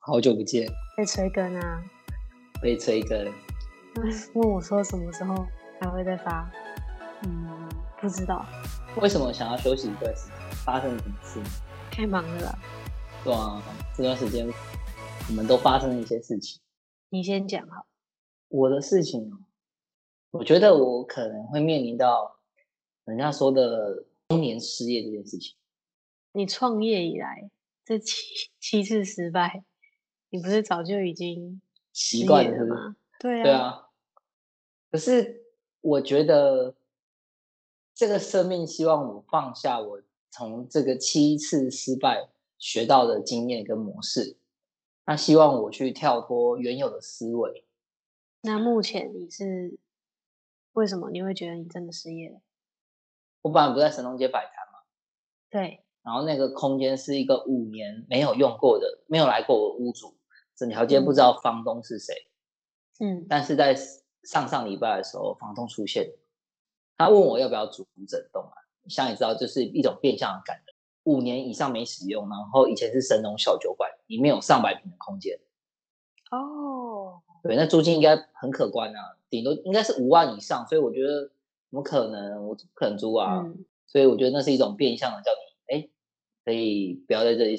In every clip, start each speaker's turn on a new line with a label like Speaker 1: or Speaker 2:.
Speaker 1: 好久不见，
Speaker 2: 被催更啊，
Speaker 1: 被催更。嗯
Speaker 2: 问我说什么时候还会再发？嗯，不知道，
Speaker 1: 为什么想要休息一段时间？发生了什么事？
Speaker 2: 太忙了啦。
Speaker 1: 对啊，这段时间我们都发生了一些事情。
Speaker 2: 你先讲好。
Speaker 1: 我的事情哦，我觉得我可能会面临到人家说的中年失业这件事情。
Speaker 2: 你创业以来这七七次失败，你不是早就已经
Speaker 1: 习
Speaker 2: 失
Speaker 1: 惯
Speaker 2: 业
Speaker 1: 了是
Speaker 2: 了
Speaker 1: 不是
Speaker 2: 吗？对啊，
Speaker 1: 对啊，可是我觉得这个生命希望我放下我从这个七次失败学到的经验跟模式，那希望我去跳脱原有的思维。
Speaker 2: 那目前你是为什么你会觉得你真的失业了？
Speaker 1: 我本来不在神农街摆摊嘛，
Speaker 2: 对，
Speaker 1: 然后那个空间是一个五年没有用过的、没有来过我的屋主，整条街不知道房东是谁。
Speaker 2: 嗯，
Speaker 1: 但是在上上礼拜的时候，房东出现，他问我要不要租整栋啊？像你知道，就是一种变相的感人。五年以上没使用，然后以前是神农小酒馆，里面有上百平的空间，
Speaker 2: 哦，
Speaker 1: 对，那租金应该很可观啊，顶多应该是五万以上，所以我觉得怎么可能？我怎么可能租啊？
Speaker 2: 嗯，
Speaker 1: 所以我觉得那是一种变相的叫你，哎，可以不要在这里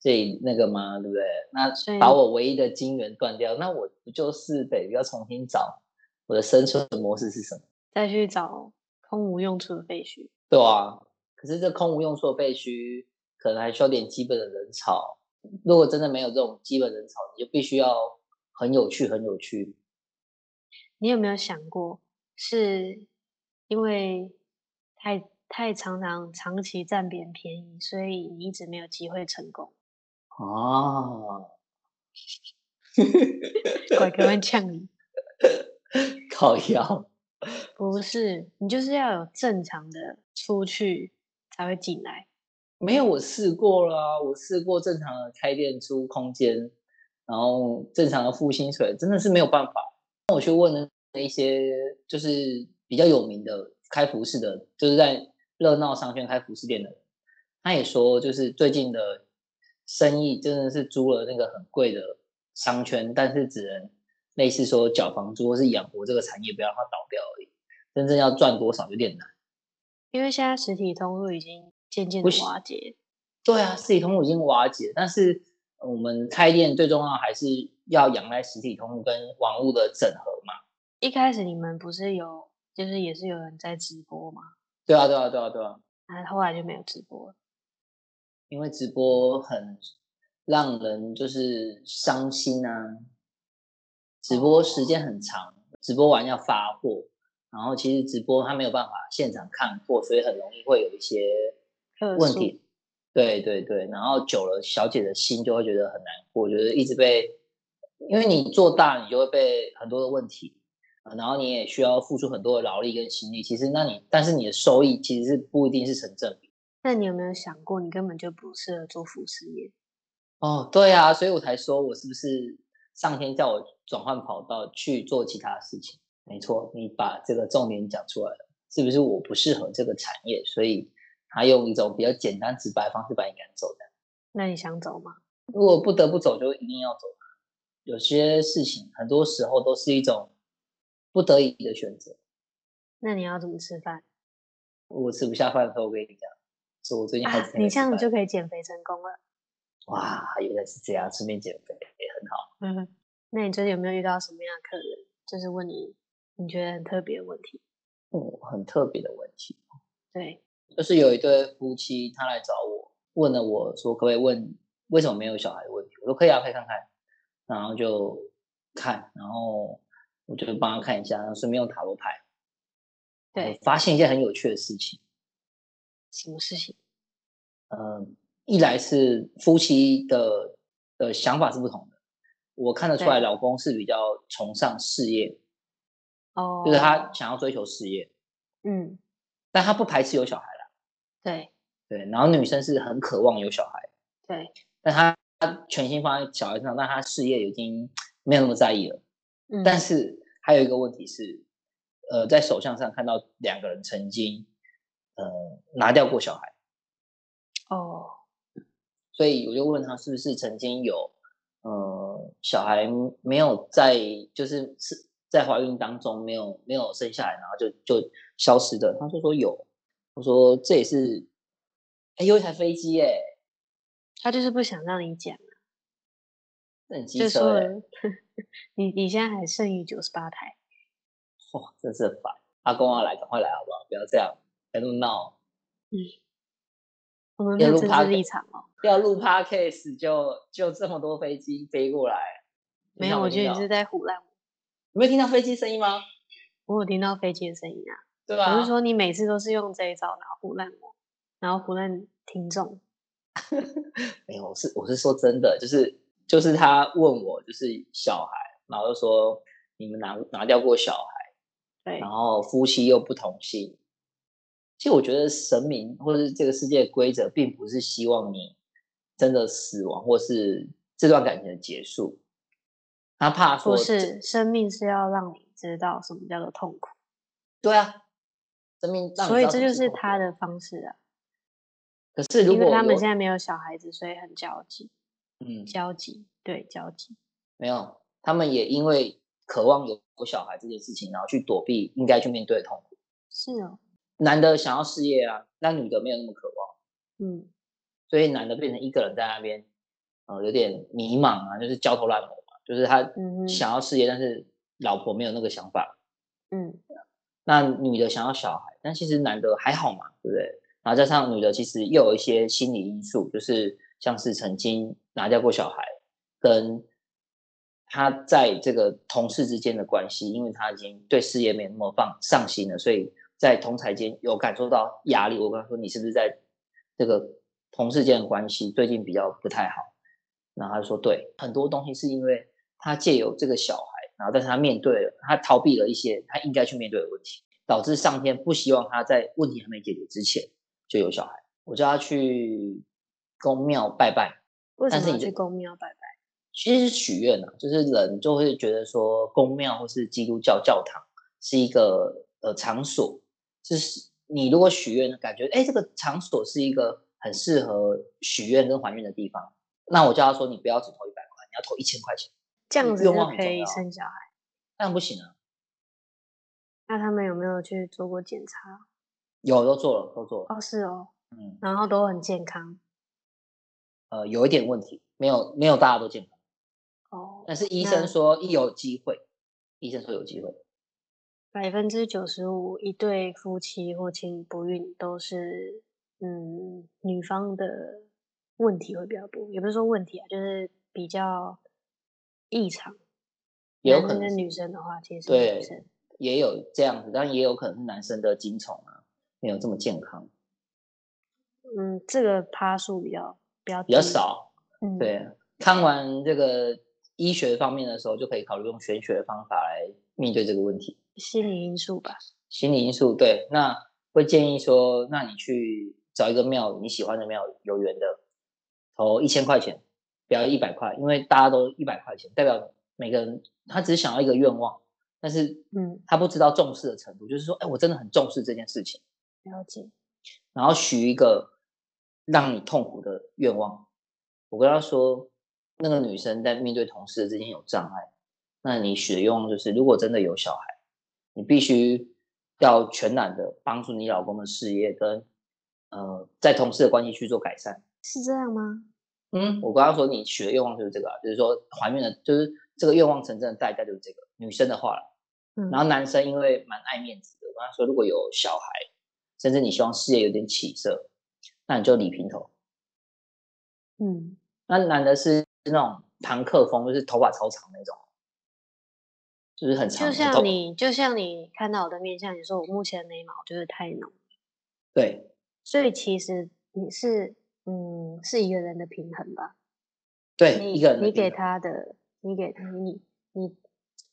Speaker 1: 这里那个吗？对不对？那
Speaker 2: 所以
Speaker 1: 把我唯一的金源断掉，那我不就是得要重新找我的生存模式是什么？
Speaker 2: 再去找空无用处的废墟。
Speaker 1: 对啊，可是这空无用处的废墟，可能还需要点基本的人潮。如果真的没有这种基本人潮，你就必须要很有趣，很有趣。
Speaker 2: 你有没有想过，是因为太太常常长期占别人便宜，所以你一直没有机会成 功？
Speaker 1: 哦，
Speaker 2: 鬼可会呛你？
Speaker 1: 靠腰，
Speaker 2: 不是，你就是要有正常的出去才会进来。
Speaker 1: 没有我试过了啊，我试过正常的开店租空间，然后正常的付薪水，真的是没有办法。那我去问了一些就是比较有名的开服饰的，就是在热闹商圈开服饰店的人，他也说就是最近的生意真的是租了那个很贵的商圈，但是只能类似说缴房租或是养活这个产业，不要让它倒掉而已。真正要赚多少有点难。
Speaker 2: 因为现在实体通路已经渐渐
Speaker 1: 不
Speaker 2: 的
Speaker 1: 行
Speaker 2: 瓦解，
Speaker 1: 对啊，实体通路已经瓦解，但是呃我们开店最重要还是要仰赖实体通路跟网络的整合嘛。
Speaker 2: 一开始你们不是有，就是也是有人在直播嘛，
Speaker 1: 对啊，对啊，对啊，对啊，
Speaker 2: 然后后来就没有直播了。
Speaker 1: 因为直播很让人就是伤心啊，直播时间很长，直播完要发货，然后其实直播它没有办法现场看货，所以很容易会有一些
Speaker 2: 客
Speaker 1: 问
Speaker 2: 诉
Speaker 1: 题。对对对，然后久了，小姐的心就会觉得很难过，就是一直被，因为你做大，你就会被很多的问题，呃然后你也需要付出很多的劳力跟心力。其实，那你但是你的收益其实是不一定是成正比。
Speaker 2: 那你有没有想过，你根本就不适合做服饰业？
Speaker 1: 哦，对啊，所以我才说我是不是上天叫我转换跑道去做其他事情？没错，你把这个重点讲出来了，是不是我不适合这个产业？所以他用一种比较简单直白的方式把你赶走。
Speaker 2: 那你想走吗？
Speaker 1: 如果不得不走，就一定要走。有些事情，很多时候都是一种不得已的选择。
Speaker 2: 那你要怎么吃饭
Speaker 1: 我吃不下饭的时候，我跟你讲，说我最近还
Speaker 2: 啊
Speaker 1: 是？
Speaker 2: 你这样就可以减肥成功了。
Speaker 1: 哇，原来是这样，顺便减肥也很好。
Speaker 2: 嗯，那你最近有没有遇到什么样的客人？就是问你你觉得很特别的问题？
Speaker 1: 嗯，很特别的问题，
Speaker 2: 对，
Speaker 1: 就是有一对夫妻，他来找我，问了我说可不可以问为什么没有小孩的问题，我说可以啊，可以看看，然后就看，然后我就帮他看一下，然后顺便用塔罗牌，
Speaker 2: 对
Speaker 1: 我发现一件很有趣的事情。
Speaker 2: 什么事情？
Speaker 1: 呃，一来是夫妻的的想法是不同的，我看得出来，
Speaker 2: 对
Speaker 1: 老公是比较崇尚事业，
Speaker 2: 哦，
Speaker 1: 就是他想要追求事业，
Speaker 2: 嗯，
Speaker 1: 但他不排斥有小孩啦，
Speaker 2: 对
Speaker 1: 对。然后女生是很渴望有小孩，
Speaker 2: 对，
Speaker 1: 但她她全心放在小孩身上，但她事业已经没有那么在意了。
Speaker 2: 嗯，
Speaker 1: 但是还有一个问题是，呃，在手相上看到两个人曾经呃拿掉过小孩。
Speaker 2: 哦，
Speaker 1: 所以我就问他是不是曾经有，嗯、小孩没有在就是是在怀孕当中没有没有生下来，然后就就消失的？他就说有，我说这也是，哎，有一台飞机哎、
Speaker 2: 他就是不想让你讲，
Speaker 1: 这很机
Speaker 2: 就
Speaker 1: 车
Speaker 2: 说
Speaker 1: 哎、
Speaker 2: 了 你你现在还剩余九十八台，
Speaker 1: 哇，真是很烦。阿公要来，赶快来好不好？不要这样，不要那么闹。
Speaker 2: 我们没
Speaker 1: 要
Speaker 2: 有
Speaker 1: 录
Speaker 2: 政治
Speaker 1: podcast
Speaker 2: 立场哦，
Speaker 1: 要录 podcast 就就这么多飞机飞过来，你
Speaker 2: 没
Speaker 1: 看
Speaker 2: 有，我
Speaker 1: 听
Speaker 2: 觉得
Speaker 1: 到
Speaker 2: 你是在胡乱。
Speaker 1: 你没有听到飞机声音吗？
Speaker 2: 我有听到飞机的声音啊，
Speaker 1: 对吧？
Speaker 2: 我是说你每次都是用这一招，然后胡乱我，然后胡乱听众。
Speaker 1: 没有，我是我是说真的，就是就是他问我就是小孩，然后就说你们拿拿掉过小孩，
Speaker 2: 对
Speaker 1: 然，后夫妻又不同性。其实我觉得神明或是这个世界的规则，并不是希望你真的死亡或是这段感情的结束，他怕说
Speaker 2: 不
Speaker 1: 这
Speaker 2: 是，生命是要让你知道什么叫做痛苦，
Speaker 1: 对啊，神明让你
Speaker 2: 所以
Speaker 1: 知道
Speaker 2: 这
Speaker 1: 什么
Speaker 2: 就是
Speaker 1: 痛苦
Speaker 2: 他。的方式啊。
Speaker 1: 可是如
Speaker 2: 因为
Speaker 1: 果
Speaker 2: 他们
Speaker 1: 有
Speaker 2: 现在没有小孩子，所以很焦急，
Speaker 1: 嗯
Speaker 2: 焦急，对，焦急。
Speaker 1: 没有，他们也因为渴望有有小孩这件事情，然后去躲避应该去面对的痛苦。
Speaker 2: 是哦，
Speaker 1: 男的想要事业啊，那女的没有那么渴望，
Speaker 2: 嗯，
Speaker 1: 所以男的变成一个人在那边，呃，有点迷茫啊，就是焦头烂额嘛，就是他
Speaker 2: 嗯哼
Speaker 1: 想要事业，但是老婆没有那个想法。
Speaker 2: 嗯，
Speaker 1: 那女的想要小孩，但其实男的还好嘛，对不对？然后加上女的其实又有一些心理因素，就是像是曾经拿掉过小孩，跟他在这个同事之间的关系，因为他已经对事业没有那么放上心了，所以在同台间有感受到压力。我跟他说，你是不是在这个同事间的关系最近比较不太好？然后他就说，对，很多东西是因为他借由这个小孩，然后但是他面对了，他逃避了一些他应该去面对的问题，导致上天不希望他在问题还没解决之前就有小孩。我叫他去宫庙拜拜，
Speaker 2: 为什
Speaker 1: 但是
Speaker 2: 么要
Speaker 1: 你
Speaker 2: 去
Speaker 1: 就
Speaker 2: 公庙拜拜？
Speaker 1: 其实是许愿啊，就是人就会觉得说，宫庙或是基督教教堂是一个呃场所，就是你如果许愿，感觉哎这个场所是一个很适合许愿跟还愿的地方，那我叫他说你不要只投一百块，你要投一千块钱，
Speaker 2: 这样
Speaker 1: 愿
Speaker 2: 子就
Speaker 1: 望很
Speaker 2: 可
Speaker 1: 重
Speaker 2: 以
Speaker 1: 要啊
Speaker 2: 生小孩？
Speaker 1: 那样不行啊。
Speaker 2: 那他们有没有去做过检查？
Speaker 1: 有都做了，都做了，
Speaker 2: 哦，是哦，
Speaker 1: 嗯
Speaker 2: 然后都很健康
Speaker 1: 呃有一点问题，没有没有大家都健康，
Speaker 2: 哦，
Speaker 1: 但是医
Speaker 2: 那
Speaker 1: 生说一有机会，医生说有机会，
Speaker 2: 百分之九十五一对夫妻或情侣不孕都是，嗯，女方的问题会比较多，也不是说问题啊，就是比较异常。
Speaker 1: 也有
Speaker 2: 男
Speaker 1: 可
Speaker 2: 生
Speaker 1: 能
Speaker 2: 跟
Speaker 1: 是
Speaker 2: 女生的话，其实是
Speaker 1: 对
Speaker 2: 女生
Speaker 1: 也有这样子，但也有可能是男生的精虫啊没有这么健康。
Speaker 2: 嗯，这个趴数比较比较
Speaker 1: 比较
Speaker 2: 低，
Speaker 1: 少。
Speaker 2: 嗯，
Speaker 1: 对，啊看完这个医学方面的时候，就可以考虑用玄学的方法来面对这个问题。
Speaker 2: 心理因素吧。
Speaker 1: 心理因素，对，那会建议说，那你去找一个庙宇，你喜欢的庙宇，有缘的，投一千块钱，不要一百块，因为大家都一百块钱，代表每个人他只是想要一个愿望，但是
Speaker 2: 嗯，
Speaker 1: 他不知道重视的程度，就是说，哎，我真的很重视这件事情，
Speaker 2: 了解。
Speaker 1: 然后许一个让你痛苦的愿望。我跟他说，那个女生在面对同事之间有障碍，那你许的愿望就是，如果真的有小孩，你必须要全然的帮助你老公的事业跟呃在同事的关系去做改善。
Speaker 2: 是这样吗？
Speaker 1: 嗯，我跟他说，你许的愿望就是这个、啊，就是说还愿的，就是这个愿望成真的代价就是这个。女生的话啦
Speaker 2: 嗯，
Speaker 1: 然后男生因为蛮爱面子的，我跟他说，如果有小孩，甚至你希望事业有点起色，那你就理平头。
Speaker 2: 嗯，
Speaker 1: 那男的是那种朋克风，就是头发超长那种，就是很长。头
Speaker 2: 就像你，就像你看到我的面相，你说我目前眉毛就是太浓，
Speaker 1: 对
Speaker 2: 所以其实你是，嗯，是一个人的平衡吧。
Speaker 1: 对
Speaker 2: 你
Speaker 1: 一个人的
Speaker 2: 你给
Speaker 1: 平衡
Speaker 2: 他的，你给他你你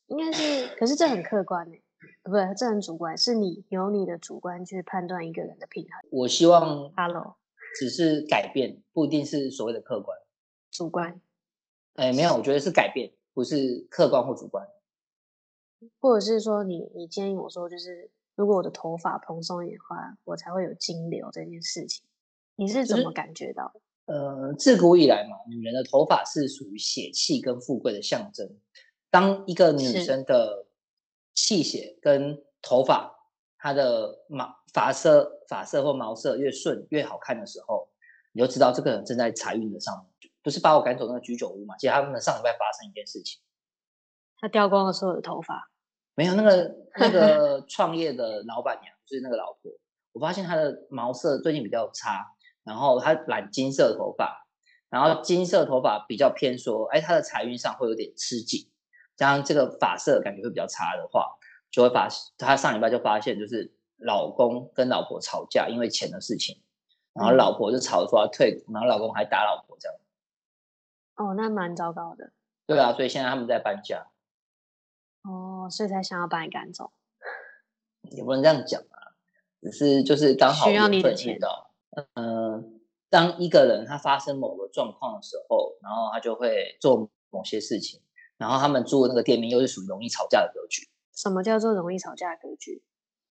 Speaker 2: 应该是，可是这很客观欸不对，这很主观，是你由你的主观去判断一个人的平衡。
Speaker 1: 我希望
Speaker 2: Hello，
Speaker 1: 只是改变，不一定是所谓的客观。
Speaker 2: 主观，
Speaker 1: 哎，没有，我觉得是改变，不是客观或主观。
Speaker 2: 或者是说你你建议我说，就是如果我的头发蓬松一点的话，我才会有金流这件事情，你是怎
Speaker 1: 就是
Speaker 2: 么感觉到的？
Speaker 1: 呃，自古以来嘛，女人的头发是属于血气跟富贵的象征。当一个女
Speaker 2: 是
Speaker 1: 生的气血跟头发，她的毛发色、发色或毛色越顺越好看的时候，你就知道这个人正在财运的上面。不是把我赶走那个居酒屋嘛？其实他们上礼拜发生一件事情，
Speaker 2: 他掉光了所有的头发，
Speaker 1: 没有那个那个创业的老板娘，就是那个老婆，我发现她的毛色最近比较差，然后她染金色头发，然后金色头发比较偏说，哎，她的财运上会有点吃紧，加上这个发色感觉会比较差的话，就会发她上礼拜就发现就是老公跟老婆吵架，因为钱的事情，然后
Speaker 2: 嗯
Speaker 1: 老婆就吵着说要退股，然后老公还打老婆这样，
Speaker 2: 哦，那蛮糟糕的
Speaker 1: 对啊，所以现在他们在搬家。
Speaker 2: 哦，所以才想要把你赶走。
Speaker 1: 也不能这样讲啊，只是就是刚好
Speaker 2: 需要
Speaker 1: 缘
Speaker 2: 你的
Speaker 1: 分遇
Speaker 2: 钱
Speaker 1: 到。呃，当一个人他发生某个状况的时候，然后他就会做某些事情，然后他们住的那个店面又是属于容易吵架的格局。
Speaker 2: 什么叫做容易吵架的格局？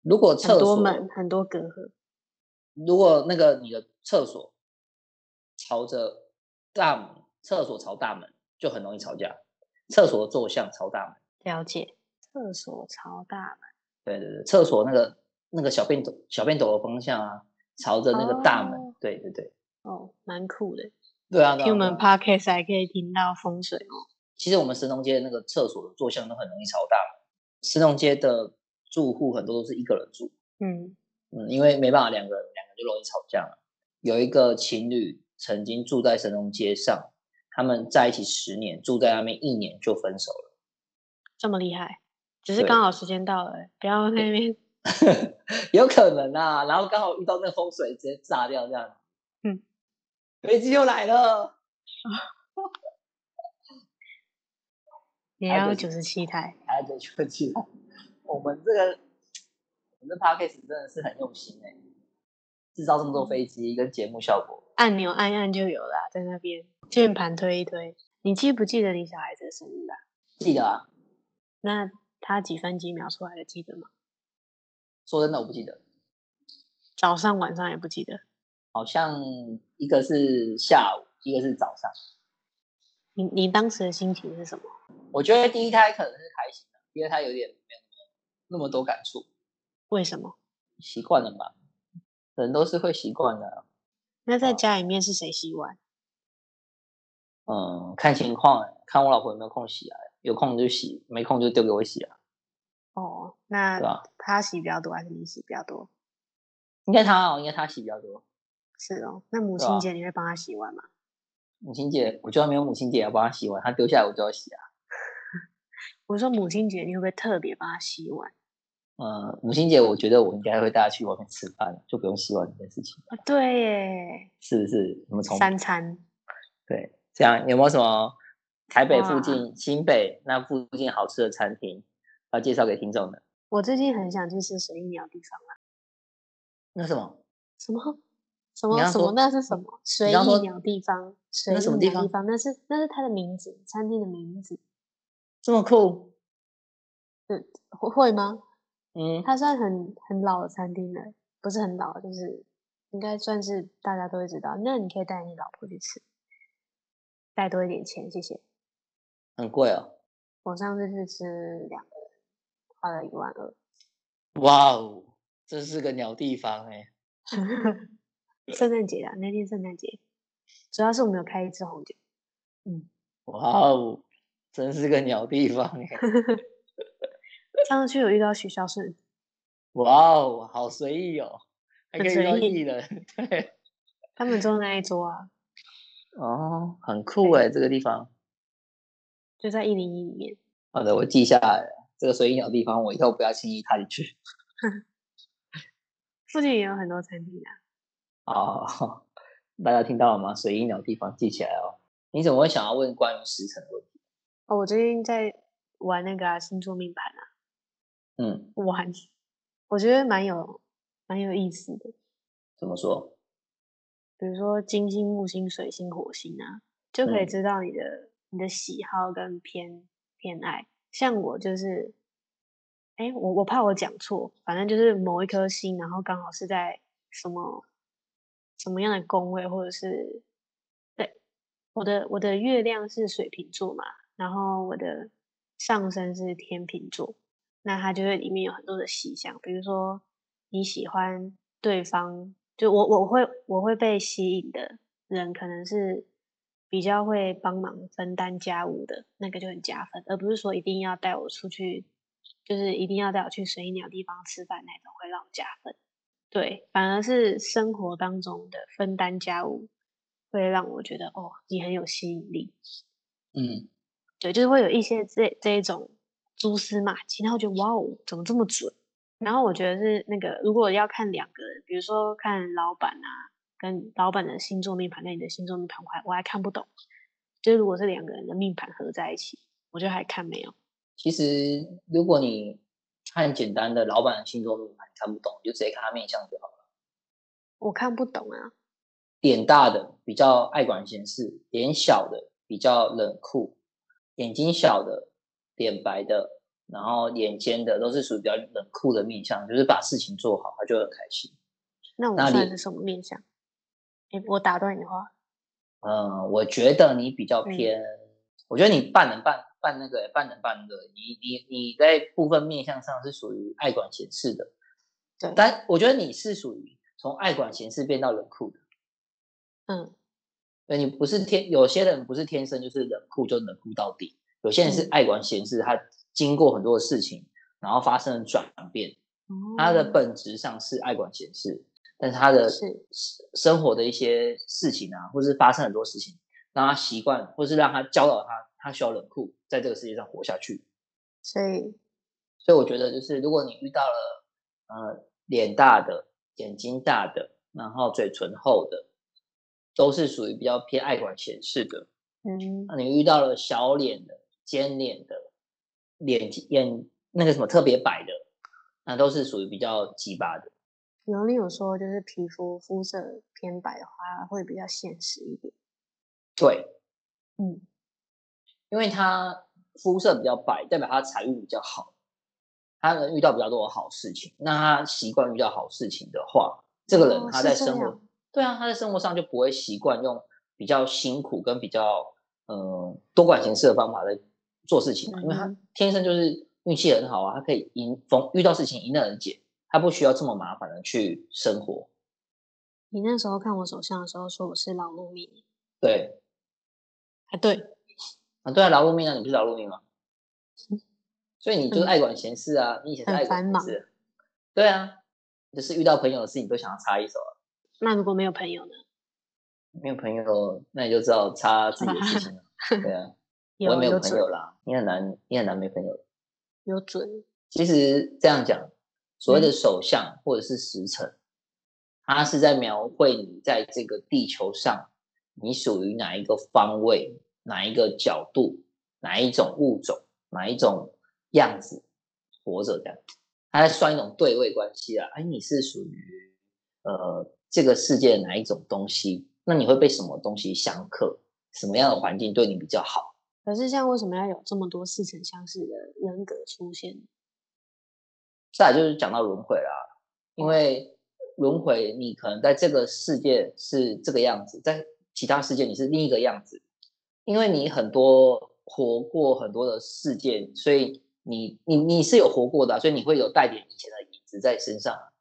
Speaker 1: 如果
Speaker 2: 很
Speaker 1: 厕
Speaker 2: 多
Speaker 1: 所，
Speaker 2: 门，很多隔阂。
Speaker 1: 如果那个你的厕所朝着大门，厕所朝大门就很容易吵架。厕所的坐向朝大门，
Speaker 2: 了解。厕所朝大门，
Speaker 1: 对对对，厕所那个那个小便斗小便斗的方向啊，朝着那个大门，
Speaker 2: 哦
Speaker 1: 对对对，
Speaker 2: 哦，蛮酷的。
Speaker 1: 对啊，对啊
Speaker 2: 听我
Speaker 1: 对
Speaker 2: 们
Speaker 1: 啊
Speaker 2: podcast 还可以听到风水哦。
Speaker 1: 其实我们神农街的那个厕所的坐向都很容易超大嘛。神农街的住户很多都是一个人住，
Speaker 2: 嗯，
Speaker 1: 嗯，因为没办法两个人，两个人就容易吵架嘛。有一个情侣曾经住在神农街上，他们在一起十年，住在那边一年就分手了。
Speaker 2: 这么厉害，只是
Speaker 1: 对
Speaker 2: 刚好时间到了欸，不要在那边。
Speaker 1: 有可能啊，然后刚好遇到那风水直接炸掉这样。
Speaker 2: 嗯，
Speaker 1: 飞机又来了。
Speaker 2: 也
Speaker 1: 还有
Speaker 2: 要
Speaker 1: 就
Speaker 2: 九十七台，
Speaker 1: 还得客气了。我们这个，我们这 podcast 真的是很用心哎、制造这么多飞机跟节目效果。
Speaker 2: 按钮按一按就有了啊、在那边键盘推一推。你记不记得你小孩子的生日啊？
Speaker 1: 记得啊，
Speaker 2: 那他几分几秒出来的记得吗？
Speaker 1: 说真的我不记得，
Speaker 2: 早上晚上也不记得。
Speaker 1: 好像一个是下午，一个是早上。
Speaker 2: 你你当时的心情是什么？
Speaker 1: 我觉得第一胎可能是开心的，第二胎有点没有那么那么多感触，
Speaker 2: 为什么？
Speaker 1: 习惯了吧，人都是会习惯的啊。
Speaker 2: 那在
Speaker 1: 哦
Speaker 2: 家里面是谁洗碗？
Speaker 1: 嗯，看情况欸、看我老婆有没有空洗啊，有空就洗，没空就丢给我洗啊，
Speaker 2: 哦，
Speaker 1: 对啊
Speaker 2: 那
Speaker 1: 吧？
Speaker 2: 他洗比较多还是你洗比较多？
Speaker 1: 应该她哦，应该她洗比较多。
Speaker 2: 是哦，那母
Speaker 1: 对
Speaker 2: 亲
Speaker 1: 啊
Speaker 2: 节你会帮他洗碗吗？
Speaker 1: 母亲节，我就算没有母亲节，要帮她洗碗，她丢下来我就要洗啊。
Speaker 2: 我说母亲节你会不会特别帮他洗碗？
Speaker 1: 嗯，母亲节我觉得我应该会带她去外面吃饭，就不用洗碗这件事情，
Speaker 2: 啊，对耶，
Speaker 1: 是不是？我们从
Speaker 2: 三餐
Speaker 1: 对这样有没有什么台北附
Speaker 2: 哇
Speaker 1: 近、新北那附近好吃的餐厅要介绍给听众的？
Speaker 2: 我最近很想去吃水鸟地方啦。
Speaker 1: 那什么？
Speaker 2: 什么？什
Speaker 1: 你
Speaker 2: 么
Speaker 1: 刚
Speaker 2: 什么？
Speaker 1: 说
Speaker 2: 那是什么？水
Speaker 1: 刚
Speaker 2: 意
Speaker 1: 说
Speaker 2: 鸟地方，水
Speaker 1: 那
Speaker 2: 意
Speaker 1: 什
Speaker 2: 鸟
Speaker 1: 么
Speaker 2: 地
Speaker 1: 地方
Speaker 2: 方，那是那是它的名字，餐厅的名字，
Speaker 1: 这么酷？
Speaker 2: 会会吗？
Speaker 1: 嗯，
Speaker 2: 它算很很老的餐厅了，不是很老，就是应该算是大家都会知道。那你可以带你老婆去吃，带多一点钱，谢谢。
Speaker 1: 很贵哦。
Speaker 2: 我上次去吃两个人，花了一万二。
Speaker 1: 哇哦，这是个鸟地方哎、
Speaker 2: 圣诞节啊，那天圣诞节，主要是我们有开一支红酒。
Speaker 1: 哇哦，真是个鸟地方哎、
Speaker 2: 上次去有遇到许孝顺，
Speaker 1: 哇哦，好随意哦，还
Speaker 2: 很
Speaker 1: 可以
Speaker 2: 随
Speaker 1: 遇到
Speaker 2: 意
Speaker 1: 艺人，对，
Speaker 2: 他们坐那一桌啊，
Speaker 1: 哦，很酷哎、这个地方。
Speaker 2: 就在一零一里面。
Speaker 1: 好的，我记下来了。这个水鸟地方，我以后不要轻易踏进去。
Speaker 2: 附近也有很多餐厅啊，
Speaker 1: 好好好，哦大家听到了吗？水鸟地方记起来哦。你怎么会想要问关于时辰的问题？
Speaker 2: 哦，我最近在玩那个、啊、星座命盘啊，
Speaker 1: 嗯，
Speaker 2: 玩，我觉得蛮有蛮有意思的。
Speaker 1: 怎么说？
Speaker 2: 比如说金星、木星、水星、火星啊，就可以
Speaker 1: 嗯
Speaker 2: 知道你的、你的喜好跟偏偏爱。像我就是，哎，我我怕我讲错，反正就是某一颗星，然后刚好是在什么什么样的宫位，或者是我的我的月亮是水瓶座嘛，然后我的上升是天秤座，那它就会里面有很多的细项，比如说你喜欢对方，就我我会我会被吸引的人，可能是比较会帮忙分担家务的那个就很加分，而不是说一定要带我出去，就是一定要带我去水鸟地方吃饭那种会让我加分。对，反而是生活当中的分担家务，会让我觉得哦，你很有吸引力。
Speaker 1: 嗯，
Speaker 2: 对，就是会有一些这这一种蛛丝马迹，然后觉得哇哦，怎么这么准？然后我觉得是那个，如果要看两个人，比如说看老板啊，跟老板的星座命盘跟你的星座命盘，我还我还看不懂。就是如果是两个人的命盘合在一起，我就还看没有。
Speaker 1: 其实如果你看简单的老板的星座命盘看不懂，你就直接看他面相就好了。
Speaker 2: 我看不懂啊，
Speaker 1: 脸大的比较爱管闲事，脸小的比较冷酷，眼睛小的、脸白的，然后眼尖的都是属于比较冷酷的面相，就是把事情做好，他就很开心。
Speaker 2: 那我
Speaker 1: 那
Speaker 2: 算
Speaker 1: 你
Speaker 2: 是什么面相？诶我打断你的话，
Speaker 1: 嗯，我觉得你比较
Speaker 2: 嗯
Speaker 1: 偏，我觉得你半人半半那个半人半个，你你你在部分面相上是属于爱管闲事的，
Speaker 2: 对
Speaker 1: 但我觉得你是属于从爱管闲事变到冷酷的，
Speaker 2: 嗯
Speaker 1: 对你不是天，有些人不是天生就是冷酷就冷酷到底，有些人是
Speaker 2: 嗯
Speaker 1: 爱管闲事，他经过很多的事情，然后发生了转变，他的
Speaker 2: 哦
Speaker 1: 本质上是爱管闲事，但是他的
Speaker 2: 是
Speaker 1: 生生活的一些事情啊，或是发生很多事情，让他习惯，或是让他教导他，他需要冷酷，在这个世界上活下去。
Speaker 2: 所以
Speaker 1: 所以我觉得，就是如果你遇到了呃脸大的、眼睛大的，然后嘴唇厚的，都是属于比较偏爱管闲事的。
Speaker 2: 嗯
Speaker 1: 那你遇到了小脸的、尖脸的、脸眼那个什么特别白的，那都是属于比较鸡巴的。
Speaker 2: 有你有说，就是皮肤肤色偏白的话，会比较现实一点。
Speaker 1: 对，
Speaker 2: 嗯，
Speaker 1: 因为他肤色比较白，代表他财运比较好，他能遇到比较多的好事情。那他习惯遇到好事情的话，这个人
Speaker 2: 哦
Speaker 1: 他
Speaker 2: 是
Speaker 1: 在
Speaker 2: 这
Speaker 1: 生活，
Speaker 2: 样
Speaker 1: 对啊，他在生活上就不会习惯用比较辛苦跟比较呃、多管闲事的方法来做事情嘛，因为他
Speaker 2: 嗯
Speaker 1: 天生就是运气很好啊，他可以迎逢遇到事情迎刃而解，他不需要这么麻烦的去生活。
Speaker 2: 你那时候看我手相的时候，说我是劳碌命
Speaker 1: 对
Speaker 2: 啊，对，
Speaker 1: 啊，对啊，劳碌命啊，你不是劳碌命吗？所以你就是
Speaker 2: 嗯
Speaker 1: 爱管闲事啊，你以前是
Speaker 2: 很
Speaker 1: 爱管
Speaker 2: 繁
Speaker 1: 闲
Speaker 2: 忙
Speaker 1: 事啊，对啊，就是遇到朋友的事情都想要插一手啊，
Speaker 2: 那如果没有朋友呢？
Speaker 1: 没有朋友那你就知道插自己的事情了，对啊，我
Speaker 2: 有
Speaker 1: 也没
Speaker 2: 有
Speaker 1: 有朋
Speaker 2: 准
Speaker 1: 友啦，你很难你很难没朋友。
Speaker 2: 有准，
Speaker 1: 其实这样讲，所谓的
Speaker 2: 嗯
Speaker 1: 首相或者是时辰，它是在描绘你在这个地球上，你属于哪一个方位、哪一个角度、哪一种物种、哪一种样子活着这样。它在算一种对位关系啊，哎，你是属于呃这个世界的哪一种东西？那你会被什么东西相克？什么样的环境对你比较好？
Speaker 2: 可是像为什么要有这么多似曾相识的人格出现？
Speaker 1: 再来就是讲到轮回啦，因为轮回你可能在这个世界是这个样子，在其他世界你是另一个样子，因为你很多活过很多的世界，所以你你你是有活过的啊、所以你会有带点以前的影子在身上啊，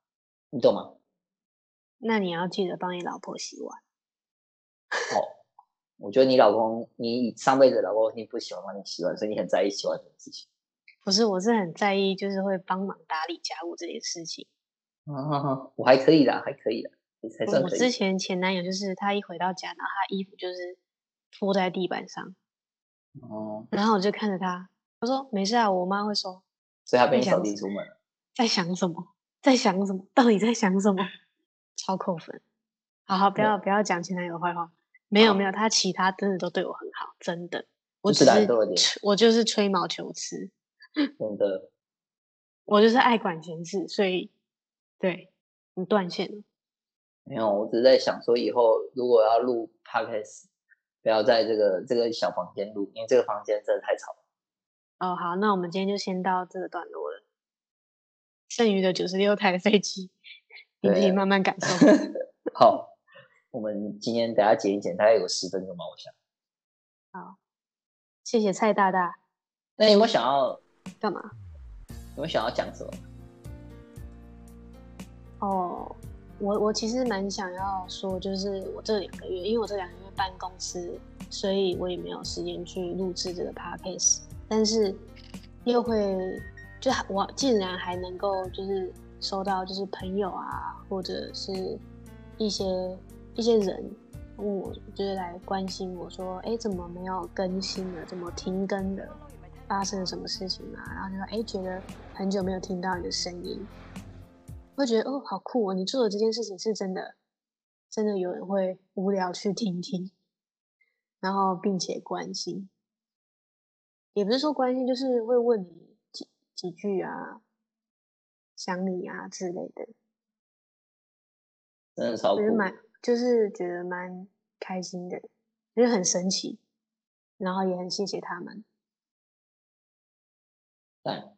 Speaker 1: 你懂吗？
Speaker 2: 那你要记得帮你老婆洗碗。
Speaker 1: 我觉得你老公，你上辈子的老公一定不喜欢帮你洗碗，所以你很在意洗碗这件事情。
Speaker 2: 不是，我是很在意，就是会帮忙打理家务这件事情。
Speaker 1: 啊，我还可以啦，还可以啦，也才算
Speaker 2: 嗯我
Speaker 1: 可
Speaker 2: 之
Speaker 1: 以。
Speaker 2: 前前男友就是他一回到家，然后他衣服就是拖在地板上，
Speaker 1: 哦，
Speaker 2: 然后我就看着他，我说没事啊，我妈会收。
Speaker 1: 所以他被
Speaker 2: 没
Speaker 1: 你扫
Speaker 2: 想
Speaker 1: 地
Speaker 2: 到
Speaker 1: 出门了。
Speaker 2: 在想什么？在想什么？到底在想什么？ 超扣分。好好，不
Speaker 1: 没有
Speaker 2: 要不要讲前男友坏话。没有
Speaker 1: 好
Speaker 2: 没有，他其他真的都对我很好，真的。我
Speaker 1: 就
Speaker 2: 只
Speaker 1: 是懒
Speaker 2: 是
Speaker 1: 惰一点
Speaker 2: 吹我就是吹毛求疵，
Speaker 1: 真的，
Speaker 2: 我就是爱管闲事，所以对你断线了。
Speaker 1: 没有，我只是在想说，以后如果要录 podcast，不要在这个这个小房间录，因为这个房间真的太吵了。
Speaker 2: 哦，好，那我们今天就先到这个段落了。剩余的九十六台的飞机， 你自己
Speaker 1: 对
Speaker 2: 慢慢感受。
Speaker 1: 好，我们今天等一下剪一剪，大概有十分钟吧，我想。
Speaker 2: 好，谢谢蔡大大，
Speaker 1: 那有没有想要
Speaker 2: 干嘛？
Speaker 1: 有没有想要讲什么？
Speaker 2: 哦，我我其实蛮想要说，就是我这两个月，因为我这两个月办公室，所以我也没有时间去录制这个 podcast，但是又会就还我竟然还能够就是收到就是朋友啊，或者是一些一些人问我，就是来关心我说，哎，怎么没有更新了？怎么停更了？发生了什么事情啊？然后就说，哎，觉得很久没有听到你的声音，会觉得哦，好酷哦！你做的这件事情是真的，真的有人会无聊去听听，然后并且关心，也不是说关心，就是会问你几几句啊，想你啊之类的，
Speaker 1: 真的超
Speaker 2: 我
Speaker 1: 酷
Speaker 2: 觉得，蛮就是觉得蛮开心的，就是很神奇，然后也很谢谢他们。
Speaker 1: 赞